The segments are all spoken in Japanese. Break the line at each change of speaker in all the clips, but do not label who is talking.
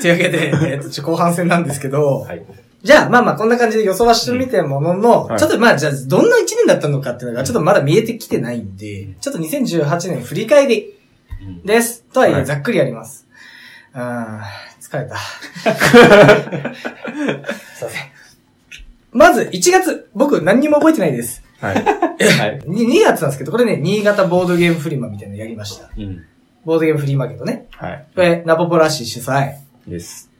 というわけで、えっと、ちょ後半戦なんですけど、
はい。
じゃあ、まあまあ、こんな感じで予想はしてみたものの、
うんはい
ちょっとまあ、じゃあ、どんな1年だったのかっていうのが、ちょっとまだ見えてきてないんで、ちょっと2018年振り返りです。とはい
は
え、
い
ざっくりやります。あー疲 れた。すいません。まず、1月、僕、何にも覚えてないです。
はい。はい。
に2月なんですけど、これね、新潟ボードゲームフリマみたいなのやりました。
うん。
ボードゲームフリーマーケットね。
はい。
これ、ナポポラッシー主催。
です。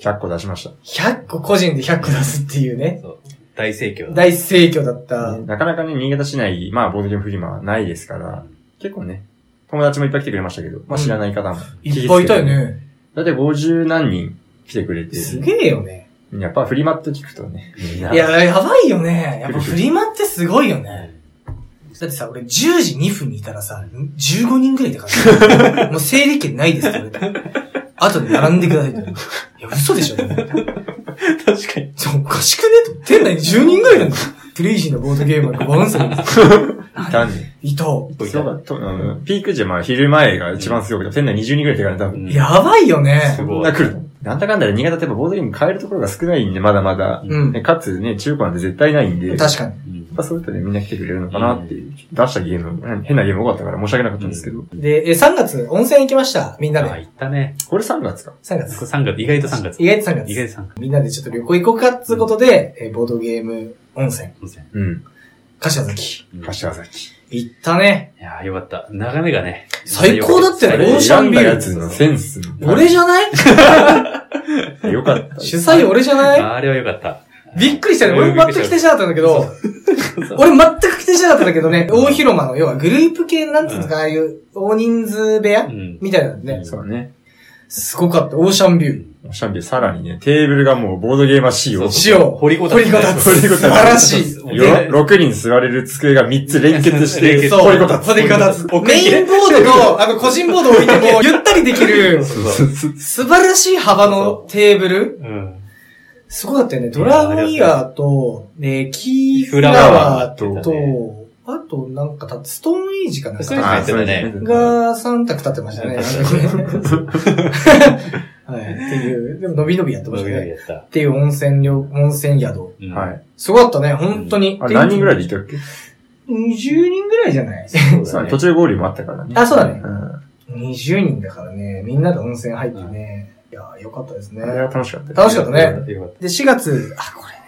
100個出しまし
100個個人で100個出すっていうね、
そう。大盛況だ。
大盛況だった
た。。なかなかね、新潟市内、まあ、ボードゲームフリマはないですから、結構ね、友達もいっぱい来てくれましたけど、まあ、知らない方も。
いっぱいいたよ。ね。
だって50何人来てくれて。
すげえよね。
やっぱフリマって聞くとね、みんない
や、やばいよね。やっぱフリマってすごいよね。だってさ、俺10時2分にいたらさ、15人ぐらいいたから ね、もう整理券ないですって言われて。あとで並んでくださいって。いや、嘘でしょ。
確かに。
ちょおかしくねと。店内に10人ぐらいなんだよ。クレイジーなボードゲームがバランスが
いたんで。
いた。
そうだと、うんピーク時はまあ昼前が一番すごくて、店内20人ぐらいいたからね多分。
うん
やばいよね
す。
こん
ごい
な。来るのなんだかんだで新潟ってやっぱボードゲーム買えるところが少ないんで、まだまだ。
うん。
ねかつね、中古なんて絶対ないんで。
確かに。
うん
やっぱそういうとね、みんな来てくれるのかなっていう。出したゲーム、変なゲーム多かったから申し訳なかったんですけど。
で、え、3月、温泉行きました。みんなで。
あ、行ったね。
これ3月か。
3
こ
月。
こ3月、意外と3月。
意外と3
意外
月。
と3月。
みんなでちょっと旅行行こうかっつうことで、えボードゲーム温泉、
温泉
うん。
柏崎。
うん
柏崎。
行ったね。
いやーよかった。眺めがね。
最高だった
あ
よね、
れ
オーシャ
選
ン
ん
ビ
だや
ュ
つ
ー。
のセンス。
俺じゃない
ゃよかったです。
主催俺じゃない
ああれはよかった。
びっくりしたね。俺も全く期待しなかったんだけど、
そう
俺全く期待しなかったんだけどね、大広間の、要はグループ系なんつうのか、ああいう大人数部
う
屋
ん。
みたいなんでね。
そうね。
すごかった、オーシャンビュー。
シャンビーさらにね、テーブルがもうボードゲーマー仕様。
仕様。
掘りごた
掘
つ
りごたつ。
掘りごたつ
素晴らしい。
そう
よ、6人座れる机が3つ連結し
連
て、
結
そう、
こういうことだ
掘りごたつ。メインボードと、あの、個人ボード置いて も、ゆったりできる、
そうそう。
素晴らしい幅のテーブル。
うん。
すごかったよね。ドラゴンイヤーと、ね、キーフラワーと、あと、なんかた、ストーンエイジかなん
ストーンエイ
か。
あーそうね
が、3択立ってましたね。 はい。っていう、でも、伸び伸びやってまし
伸
た
び伸び
ね。
やった
っ。ていう温泉旅、温泉宿。
うん
はい。
すごかったね、本当に。
あ、何人ぐらいでい
い
たっけ
?20 人ぐらいじゃない
そ
そうう
ね
だ
途
ね。
中合流もあったからね。
あそうだね
ん
?20 人だからね、みんなで温泉入ってね。いやー、よかったですね
あ。れは楽しかった。
楽しかったね
よかっ
で、4月、あ、これね。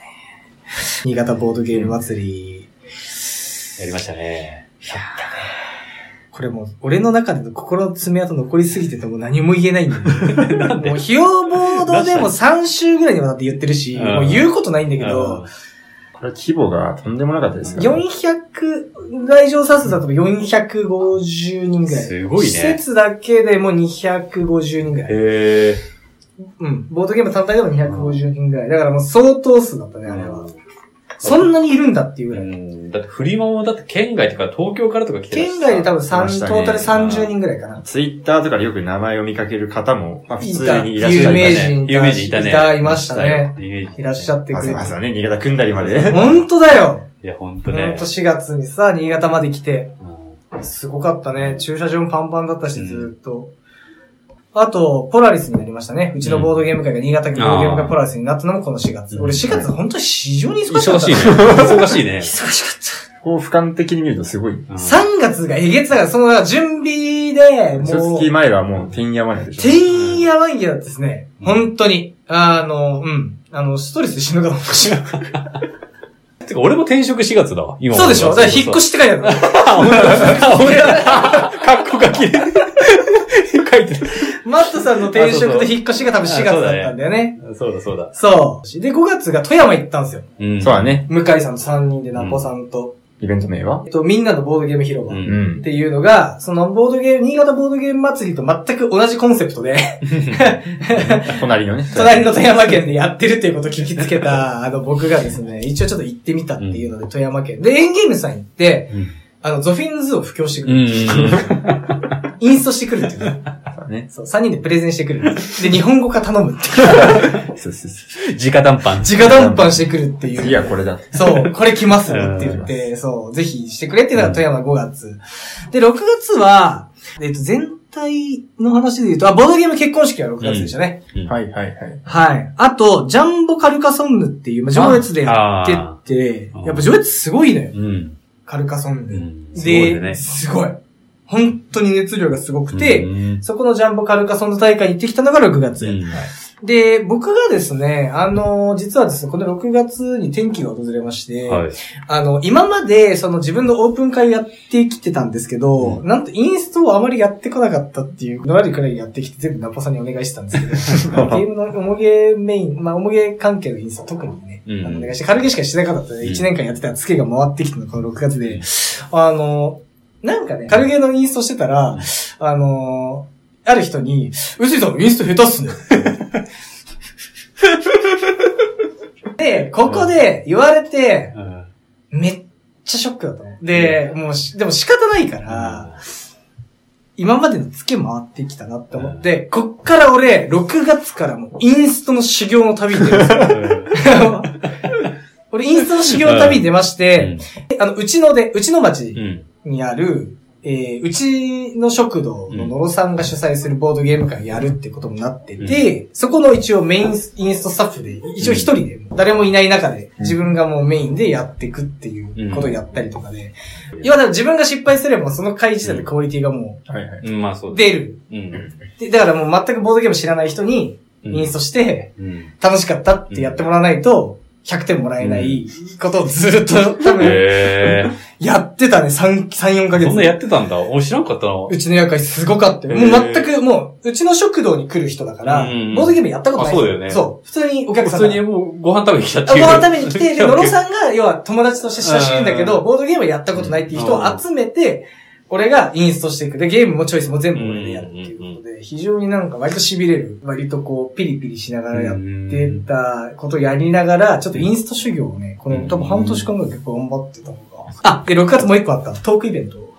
新潟ボードゲーム祭り。
た。やりましたね。
これもう、俺の中での心の爪痕残りすぎててもう何も言えないんだけど。もう、費用ボードでも3週ぐらいにわたって言ってるし、
うん
もう言うことないんだけ
う
ど
ん、
これ規模がとんでもなかったですからね。
400、来場者数だと450人ぐらい。
すごいね
施設だけでも250人ぐらい。
へえ。
うん。ボードゲーム単体でも250人ぐらい。だからもう相当数だったね、あれは。そんなにいるんだっていうぐらい。
うん。だってフリマもだって県外とか東京からとか来てたしさ
県外で多分
いまし
3、
た
ト
ね
ータル30人ぐらいかな。
ツイッターとかでよく名前を見かける方も、まあ、普
い
通
た、
にいらっしゃ
有
る。
名人いた
有名人いたね。
いたいましたね
有名人
いらっしゃってく
朝
れ
朝ね、新潟組んだりまで
て。。ほんとだよ
いや、ほん
ほ
と
ん
ね
と。4月にさ、新潟まで来て、
うん
すごかったね。駐車場もパンパンだったし、
うん
ずーっと。あと、ポラリスになりましたね。うちのボードゲーム会が新潟県ボードゲーム会ポラリスになったのもこの4月。
うん
俺4月本当に非常に忙しか
忙
った。
しいね。
ね。
忙しいね。
忙しかった。
こう俯瞰的に見るとすごい。
うん
3月がえげつだから、その準備で、も
一
う、
月前はもう、てんやわんやでしょ。
てんやわんやだったですね。
うん
本当に。あの、うん。あの、ストレスで死ぬかと思ったし。
てか、俺も転職4月だわ。今
そうでしょだから引っ越
し。
しって書いてあるの。
あ、俺だ。俺だ。格好が綺麗。書いてる。
マットさんの転職と引っ越しが多分4月だったんだよね。
そうだ、そうだ。
そう。で、5月が富山行ったんですよ。
うん
そうだ。ね。
向井さんと3人で、ナポさんと、
イベント名は
えっと、みんなのボードゲーム広場。
う
うん
っ
ん。
ていうのが、そのボードゲーム、新潟ボードゲーム祭りと全く同じコンセプトで、
隣のね。
隣の富山県でやってるっていうことを聞きつけた、あの僕がですね、一応ちょっと行ってみたっていうので、富山県。で、エンゲームさん行って、
うん
あの、ゾフィンズを布教してく
う
る。
ん。
インストしてくるっていうね。
そうだね。
そう、3人でプレゼンしてくる。で、日本語化頼むっていう。
そうそうそう。
直談判。
直談判してくるっていう。
次はこれだ。
そう、これ来ますよって言って、そう、ぜひしてくれっていうのが富山5月。で、6月は、えっと、全体の話で言うと、あ、ボードゲーム結婚式は6月でしたね。
うん
はいはいはい。
はい。あと、ジャンボカルカソンヌっていう、まあ、上越でやってて
あー、
やっぱ上越すごいのよ。
うん。
カルカソン
う
ヌ。
ん。
で、
すごいよね。
すごい。本当に熱量がすごくて、
うん、
そこのジャンボカルカソンヌ大会に行ってきたのが6月。
うん
で、僕がですね、あの、実はですね、この6月に天気が訪れまして、
はい。
あの、今まで、その自分のオープン会をやってきてたんですけど、
う
なんとインストをあまりやってこなかったっていう、のらりくらいやってきて全部ナポさんにお願いしてたんです けど、ゲームの重げメイン、まあ、重げ関係のインスト特にね、
うん
あのお願いして、軽毛しかしてなかったので、
うん
1年間やってたらツケが回ってきたの、この6月
う
で
ん。
あの、なんかね、軽毛のインストしてたら、
うん
あの、ある人に、うずいさんインスト下手っすね。 で、ここで言われて、
うん
めっちゃショックだったの。で、もうし、でも仕方ないから、今までのツケ回ってきたなって思って、こっから俺、6月からもうインストの修行の旅に出 ますよ俺、インストの修行の旅に出まして、あの、うちので、うちの
う
町
ん。
にある、えー、うちの食堂の野呂さんが主催するボードゲーム会やるってことになってて、そこの一応メインインストスタッフで、一応一人で、誰もいない中で、自分がもうメインでやっていくっていうことをやったりとかで、要はだから自分が失敗すればその会自体でクオリティがも
はいはい。
うん。まあそううで
出る。
す。うん。
で、だからもう全くボードゲーム知らない人に
うん
インストして、
うん。
楽しかったってやってもらわないと、100点もらえないことをずっと多分
へえ。
やってたね、3、3、4ヶ月。
そんなやってたんだ。俺知らんかったな。
うちの夜会すごかったよ。もう
へー
全く、もう、うちの食堂に来る人だから、
うんうん
ボードゲームやったことない。
あそうだよね
そう。普通にお客
普
さん
通
が。
にもうご飯食べに来たって
あ
いう。
ご飯食べに来て、で、野呂
ん。
さんが、要は友達として親しいんだけ
うんう
ど、ボードゲームはやったことないっていう人を集めて、俺がインストしていく。で、ゲームもチョイスも全部俺でやるっていうことで、非常になんか割と痺れる。割とこう、ピリピリしながらやってたことやりながら、ちょっとインスト修行をね、この多分半年間ぐらい結構頑張ってたのが。あ、で、6月もう一個あった。トークイベント。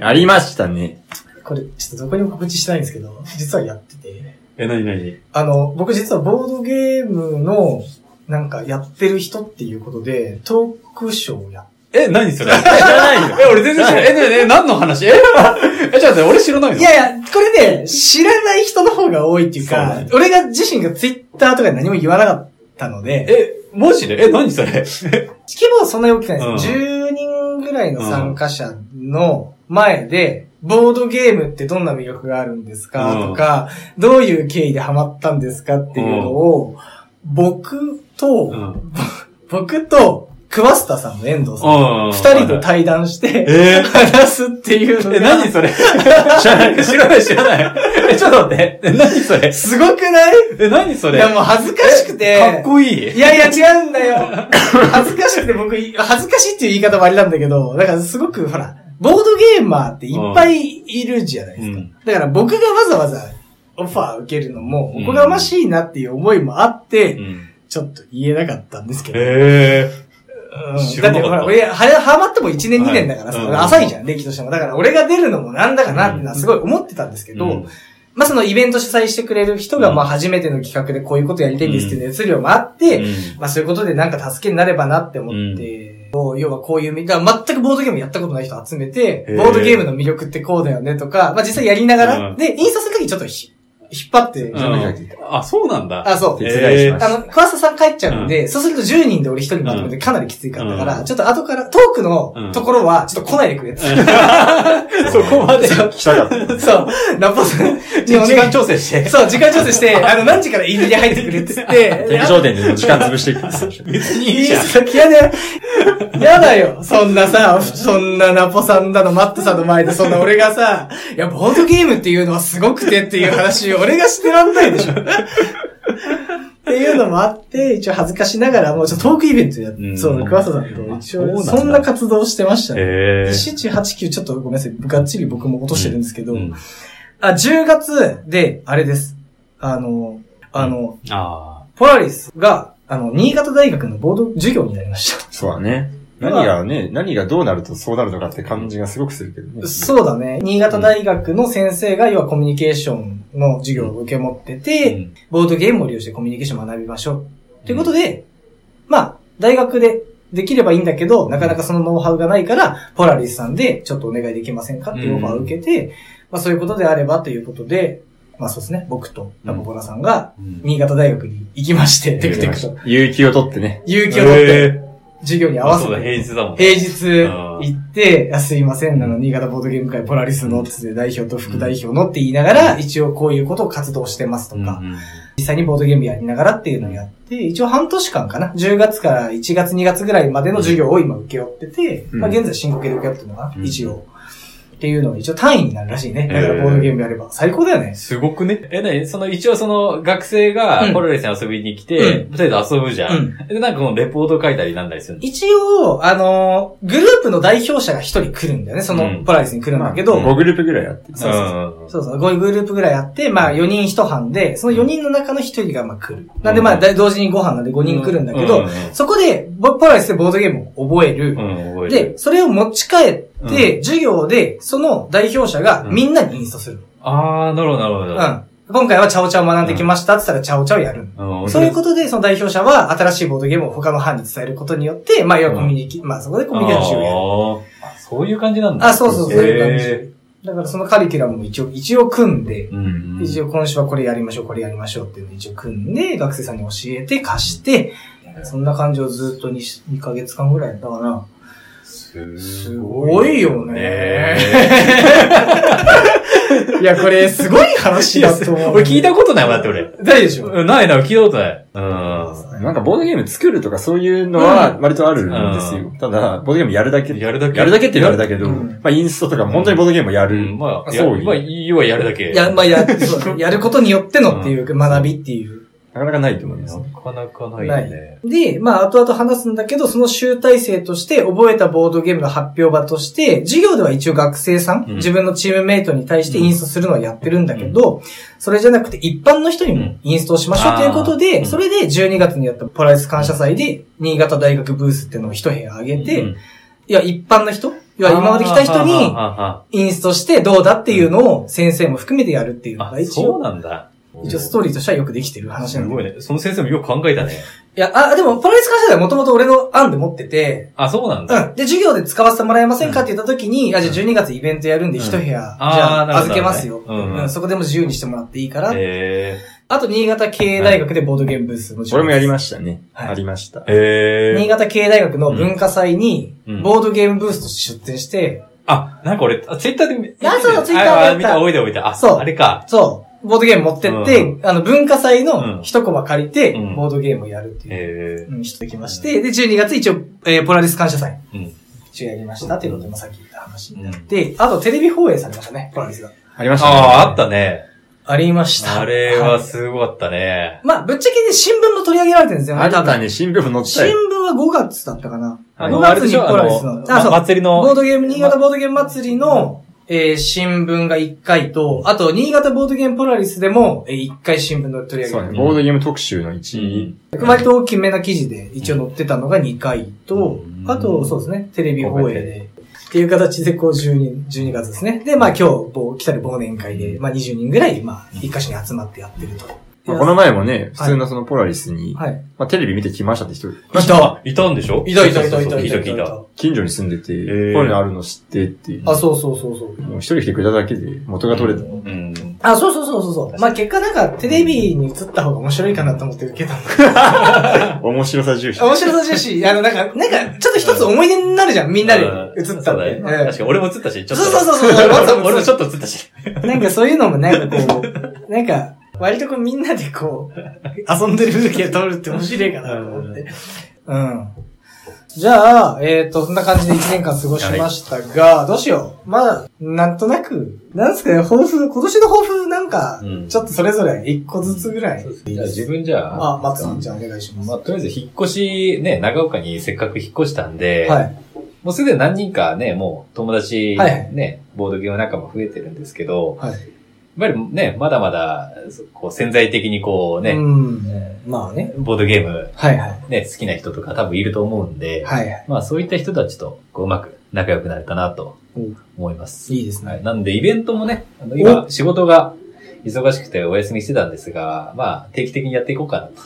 ありましたね。
これ、ちょっとどこにも告知してないんですけど、実はやってて。
え、なになに
あの、僕実はボードゲームの、なんかやってる人っていうことで、トークショーをやっ
え、なに それ
知らないよ。
え、俺全然知らない。えねえ、ねえ、何の話え え、ちょっと待って、俺知らないの
いやいや、これね、知らない人の方が多いっていう
そう
か、
だね
俺が自身がツイッターとかで何も言わなかったので、
え、マジでえ、何それ
規模はそんなに大きくないです。10人ぐらいの参加者の前で、ボードゲームってどんな魅力があるんですか
うん
とか、どういう経緯でハマったんですかっていうのを、僕
う
と、
ん。うん。
僕と、桑下さんの遠藤さん、二人で対談して、
え
話すっていうの
え、何
が、
それ知らない、知らない、知らない。え、ちょっと待って。え、何そ れ
すごくない
え、何そ
い
れ
や、もう恥ずかしくて。
かっこいい。
いやいや、違うんだよ。恥ずかしくて僕、恥ずかしいっていう言い方もあれなんだけど、だからすごく、ほら、ボードゲーマーっていっぱいいるじゃないですか。
うん
だから僕がわざわざオファー受けるのも、
うん
おこがましいなっていう思いもあって、
うん。
ちょっと言えなかったんですけど。
え
うん
知
だって
らなかった
ほら、俺、はや、はまっても1年2年だからさ、
はいうん
浅いじゃん、歴としても。だから俺が出るのもなんだかなってのはすごい思ってたんですけ
え
ど、まあ、そのイベント主催してくれる人が、まあ、初めての企画でこういうことやりたいんですっていう熱量もあって、まあそういうことでなんか助けになればなって思って、こう要はこういうみ、だから全くボードゲームやったことない人集めて
へ、ー
ボードゲームの魅力ってこうだよねとか、まあ実際やりながら、
うん
で、インスタするときちょっとひ引っ張って、
うんあ、そうなんだ。
あ、そう。
手伝いしま
あ
し
の、桑田さん帰っちゃうんで、そうすると10人で俺1人まとめてかなりきついかったから、ちょっと後から、トークのところは、ちょっと来ないでくれって。
そこまで。
た。来たかった。
そう、ラッパさん
時
にお願い
間調整して。
そう、時間調整して、あの、何時から入りで入ってくれって言 って、
天気商店で時間潰していくんですよ。
別にい
い
い
い
じゃん。
先やだよ。やだよ。そんなさ、そんなナポさんだの、マットさんの前で、そんな俺がさ、いや、ボードゲームっていうのはすごくてっていう話を俺がしてらんないでしょ。っていうのもあって、一応恥ずかしながら、もうちょっとトークイベントやっ
うん
そう、桑田さんと一
あそうな
応、
んだ
そんな活動をしてましたね。
え
7、8、9、ちょっとごめんなさい。がっちり僕も落としてるんですけど、
うん
あ、10月で、あれです。あの、あの、
あ
ポラリスが、あの、新潟大学のボード授業になりました。
そうだね。
まあ
何がね、何がどうなるとそうなるのかって感じがすごくするけどね。
そうだね。新潟大学の先生が、要はコミュニケーションの授業を受け持って
あ。
て、ボードゲームを利用してコミュニケーションを学びましょう。ということで、まあ、大学でできればいいんだけど、なかなかそのノウハウがないから、ポラリスさんでちょっとお願いできませんかっていうオファーを受けて、まあそういうことであればということで、まあそうですね、僕とラボボラさんが、
うん
新潟大学に行きまして、テクテクと。
有給を取ってね。
勇気を取って、
え
授業に合
ー
わせ
そうだ、
て、
平日だもん。
平日
あ
行
ー
って、あすいません、あの、新潟ボードゲーム会ポラリスの、つって代表と副代表のって言いながら、一応こういうことを活動してますと
うん
か、実際にボードゲームやりながらっていうのをやって、一応半年間かな、10月から1月2月ぐらいまでの授業を今受け負ってて、
うん
まあ現在進行形で受け負ってるのかな、
うん
一応。っていうのが一応単位になるらしいね。だか
へ
ら
ー
ボードゲームやれば最高だよね。
すごくね。え、なにその、一応その、学生
う
が
ん、
ポロレスに遊びに来て、とりあえず遊ぶじゃ。
うん
で、なんかこのレポート書いたりなんだりするの
一応、あのーグループの代表者が一人来るんだよね。そうの、
ん
ポラリスに来るんだけど、
5グループぐらいやって。
そうそうそ
うん
そうそう、5グループぐらいあって、まあ4人1班で、その4人の中の1人がまあ来る。なんでまあだい同時に5班なんで5人来るんだけど、
うんうん
そこで、ぼポラリスでボードゲームを覚える。
うん、覚えてる。
で、それを持ち帰って、授業で、その代表者が
うん
みんなにインストする。
あー、なるほど、なるほ
う
ど
ん。。今回はチャオチャオ学んできましたって言ったらチャオチャオやる。
うん
そういうことで、その代表者は新しいボードゲームを他の班に伝えることによって、まあ、要はコミュニケ、まあ、そこでコミュニケーションをやる。
あーあそういう感じなんだ。
あ、そうそう、そういう
へ
感じ。だからそのカリキュラムも一応、一応組んで
ー。、うん。
一
応。
応今週はこれやりましょう、これやりましょうっていうのを一応組んで、学生さんに教えて貸して、そんな感じをずっと 2, 2ヶ月間ぐらいやったかな。
す
すごいよね。 いや、これすごい話だと思う。
俺聞いたことないもんだって俺。
大丈夫でしょ
うんないな、聞いたことない。う
なんかボードゲーム作るとかそういうのは割とあるんです
う
よ。ただ、ボードゲームやるだけ
ん。。やるだけ。
やるだけって言われたけど、
うん
まあインストとか本当にボードゲームをや
う
る。
ん、まあ、や
そう
まあ、要はやるだけ。
いや、まあ、や、そうだねやることによってのっていう学びっていう。
なかなかないと思います。
なかなかないよね。
で、まあ、後々話すんだけど、その集大成として、覚えたボードゲームの発表場として、授業では一応学生さん、
うん
自分のチームメイトに対してインストするのはやってるんだけど、それじゃなくて一般の人に
う
も
ん
インストをしましょうということで、
あー
それで12月にやったポラリス感謝祭で、新潟大学ブースっていうのを一部屋上げて、
うん、
いや、一般の人いや、今まで来た人に
あ、あ
インストしてどうだっていうのを先生も含めてやるっていう
あ
の
あ
が
あ、
一
そう
応、
なんだ。
一応ストーリーとしてはよくできてる話
す
なんだ
ご
け
い
ど。い
ね。その先生もよく考えたね。
や、あ、でも、ポラリス感謝祭はもともと俺の案で持ってて、
あ、そうなんだ。
うん。で、授業で使わせてもらえませんかって言った時に、あ、じゃあ12月イベントやるんで一部屋、じゃ
あ
あ
ーなるほど
預けますよ。
うん
うんそこでも自由にしてもらっていいから。
へ
あと、新潟経営大学でボードゲームブースも
俺もやり
ま
ましたね。
はい
ありました。
え。へ
新
え。
潟経営大学の文化祭に
うん、
ボードゲームブースとして出展して、
あ、なんか俺、あツイッターで見
あそうそう
見てる
ツイッターで
あ
やった
あ見た、置いて置いて。あ、
そう
あれか。
そう、ボードゲーム持ってって、
う
あの、文化祭
う
の
ん
一コマ借りて、
うん
ボードゲームをやるっていう。
へえ。
うん、してきまして、で、12月一応、えーポラリス感謝祭、
うん。
一応やりましたということで、まあさっき言った話になって、あとテレビ放映されましたね、ポラリスが。
ありま
あ
したね。
あ、あったね。
ありました。
あれは
はい
すごかったね。
まあ、ぶっちゃけね、新聞も取り上げられてるんですよね、
あ
多
った
分。
ね、新聞も
新
載
聞
って
は5月だったかな。
あ
5
の、
月
あれで
に
しょ
ポラ
あ
リスの
の、、
あ、
ま
そう。
祭り
ボー
の、
ドゲーム、新潟ボードゲーム祭りの、えー新聞が1回と、あと、新潟ボードゲームポラリスでも、え1回新聞の取り
た。
上げ
そ
ら
う
れて
ね、
る。
ボードゲーム特集の1位。
割と大きめな記事で一応載ってたのが2回と
うん、
あと、そうですね、テレビ放映で。っていう形で、こう、12、12月ですね。で、まあ今日、こう、来たる忘年会で、まあ20人ぐらい、まあ、一箇所に集まってやってると。
まあこの前もね、普通のそのポラリスに、
はい。
まあテレビ見てきましたって人、
いた
いたんでしょ
いたいたいたい
そうそ
た
うそう
い
聞
た
いた聞いた。。
近所に住んでて、こう
へー
いうのあるの知ってっていう。
あ、そうそうそうそう。
もう一人来てくれただけで元が取れた。
うん。
あ、そうそうそうそうそう。まあ結果なんかテレビに映った方が面白いかなと思って受けたの。
面白さ重視。
面白そう重視。あの、なんか、なんか、ちょっと一つ思い出になるじゃん。みんなで映
う
った
んそ
っ
うだ
て。
ね。
うん
確かに俺も映ったし、ちょっと。
そうそうそうそうわざわざ
俺もちょっと映ったし。
なんかそういうのもなんかこう、なんか、割とこうみんなでこう、遊んでる風景撮るって面白いかなと思って。うん。じゃあ、えっ、と、そんな感じで1年間過ごしましたが、どうしよう。まあ、なんとなく、なんすかね、抱負、今年の抱負なんか
う、ん
ちょっとそれぞれ1個ずつぐらい。
じゃあ自分じゃあ、
あ、松さんじゃあお願いします。
まあ、
は
とりあえず引っ越し、ね、長岡にせっかく引っ越したんで、
い。
もうすでに何人かね、もう友達、
はい
ね、ボードゲーム仲間増えてるんですけど、
はい。
やっぱりね、まだまだ、そこう潜在的にこうね、
うん。まあね。
ボードゲーム、
はいはい。
ね、好きな人とか多分いると思うんで、
はいは
まあそういった人たちとこううまく仲良くなれたなと
うん
思います。
い。いいです
はい。
ね。
なんで、イベントもね、あの今、仕事が忙しくてお休みしてたんですが、まあ、定期的にやっていこうかなと思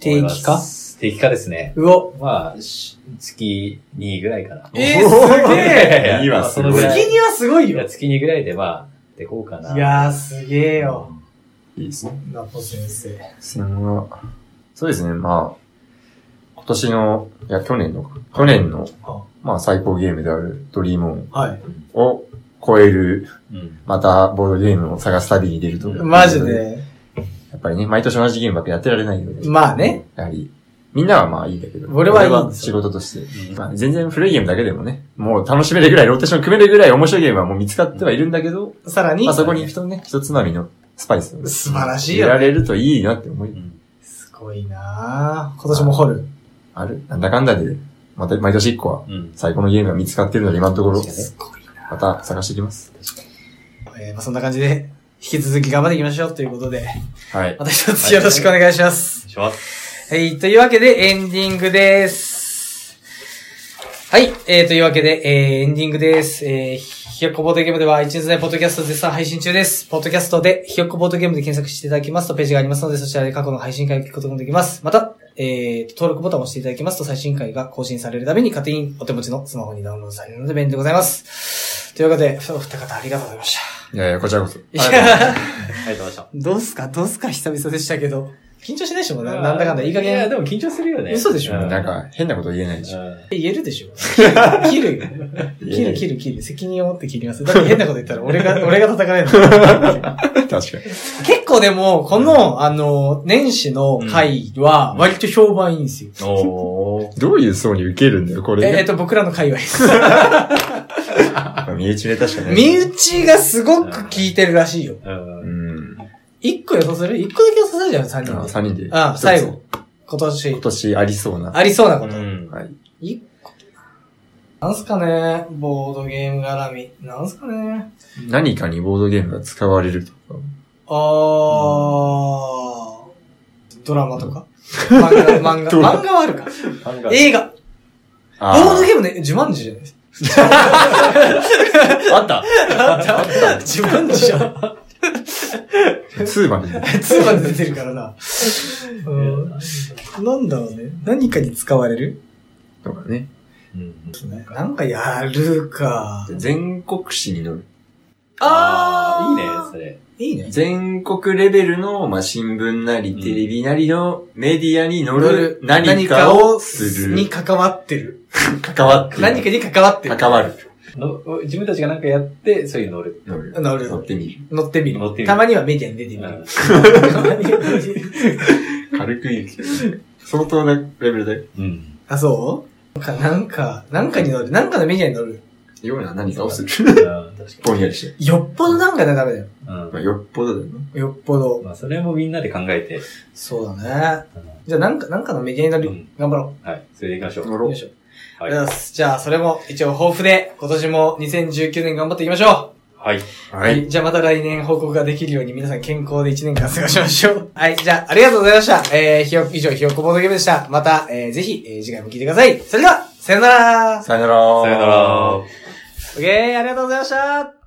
定
いま
期化
す。定期化ですね。
うお。
まあ、し月2ぐらいかな。
えー
おー
すげえ
いいわ、
そ
す
の
ご
ぐ
い
ら。い
月にはすごい
いや
よ。
月2ぐらいで、まあ、っていこうかな。
いやー、すげえよ。
いいですね。
ナポ先生。
そのそうですね、まあ、今年の、いや、去年のか、去年の、
あ
まあ、最高ゲームであるドリーム
はい。
オンを超える、
うん。
またボードゲームを探す旅に出ると。
マジ。で。
やっぱりね、毎年同じゲームばっかやってられないので。
まあね。
やはり、みんなはまあいいんだけど。
俺はいい
俺仕事として。まあ全然古いゲームだけでもね、もう楽しめるぐらい、ローテーション組めるぐらい面白いゲームはもう見つかってはいるんだけど、
さらに
まあ、そこに人ね、一つまみのスパイスを
素晴らしい
入れら
よ。
れるといいなって思い、
すごいなー今年も掘る。
ある。なんだかんだで、また毎年一個は
うん。
最高のゲームが見つかってるので今のところ、
確かにね
また探していきます。
えーまあ、そんな感じで、引き続き頑張っていきましょうということで、
はい。
また一つよろしくお願いします。
します。
はい、というわけでエンディングです。はい、えー、というわけで、えー、エンディングです。えー、ひよっこボードゲームでは iTunes でポッドキャスト絶賛配信中です。ポッドキャストでひよっこボードゲームで検索していただきますとページがありますので、そちらで過去の配信回を聞くこともできます。また、えー、登録ボタンを押していただきますと最新回が更新されるために勝手にお手持ちのスマホにダウンロードされるので便利でございます。というわけで、お二方ありがとうございまし
いやいや、こちらこそ。
た。いや、
ありがとうございました。
どうすかどうすか久々でしたけど。緊張しないでしょもうななんだかんだいい加
いや、
減
でも緊張するよね。
嘘でしょ
う
なん、か、変なこと言えないでしょ。
う
え言えるで しょ切るよ。切る切る切る。責任を持って切ります。だって変なこと言ったら俺 が、俺が叩かれるの。
確かに。
結構でも、この、あの、年始の回は割と評判いいんですよ。
ん。おー。
どういう層に受けるんだよ、これ
えっ
ね。
と、僕らの界 隈です。
身内ネタしかない。
身内がすごく聞いてるらしいよ。
うん。
うん。
一個予想する一個だけ予想するじゃん、三人
あ、
で。
三人で。
あ
一つ
最後。今年
今。年ありそうな。
ありそうなこと。
ん。
はい。
一個。なんすかねボードゲーム絡み。なんすかね
何かにボードゲームが使われるとか。
あー、ドラマと か漫画、漫画、
ドラマ
漫画はあるか。
漫画
映画。ボード
ー
ゲームね、自慢自じゃないですか。
あった
自慢自じゃん。
ツーマンで。
ツーまで出てるからな。うん。なんだろうね。何かに使われる
とかね。
うん。
なんかやるか。
全国紙に載る。
あー、いいね、それ。
いいね、いいね。
全国レベルの、まあ、新聞なり、
うん
テレビなりのメディアに載
乗
る何かをす
に
る。
関わってる。
関わってる。
何かに関わってる。
関わる。
の自分たちがなんかやって、そういうの乗る。
乗る。
乗る
乗ってみる。
乗ってみる。
乗ってみる
たまにはメディアに出てみる。たまにはメディアに
軽く言うけどね。相当なレベルだよ。
うん。
あ、そうなんか、なんか、なんかに乗る。なんかのメディアに乗る。
ような何かをする。
確かに。
ぼんやりして。
よっぽどなんかじゃダメだよ。
まあ、よっぽどだよね。
よっぽど。
まあ、それもみんなで考えて、
そうだね。じゃあ、なんか、なんかのメディアに乗る。
うん
頑張ろ
はい、それでいきましょ
乗
う。
う。
ろ
よ
う
い。しょ。
は
あ
い
りがとうございます。じゃあ、それも一応抱負で、今年も2019年頑張っていきましょ
はい。
う。
は。
じゃあ、また来年報告ができるように皆さん健康で1年間過ごしましょう。はい。じゃあ、ありがとうございました。えー、ひよ、以上、ひよっこボードゲームでした。また、えー、ぜひ、えー、次回も聞いてください。それでは、さよなら。
さよなら。
さよなら。
オッケー、ありがとうございました。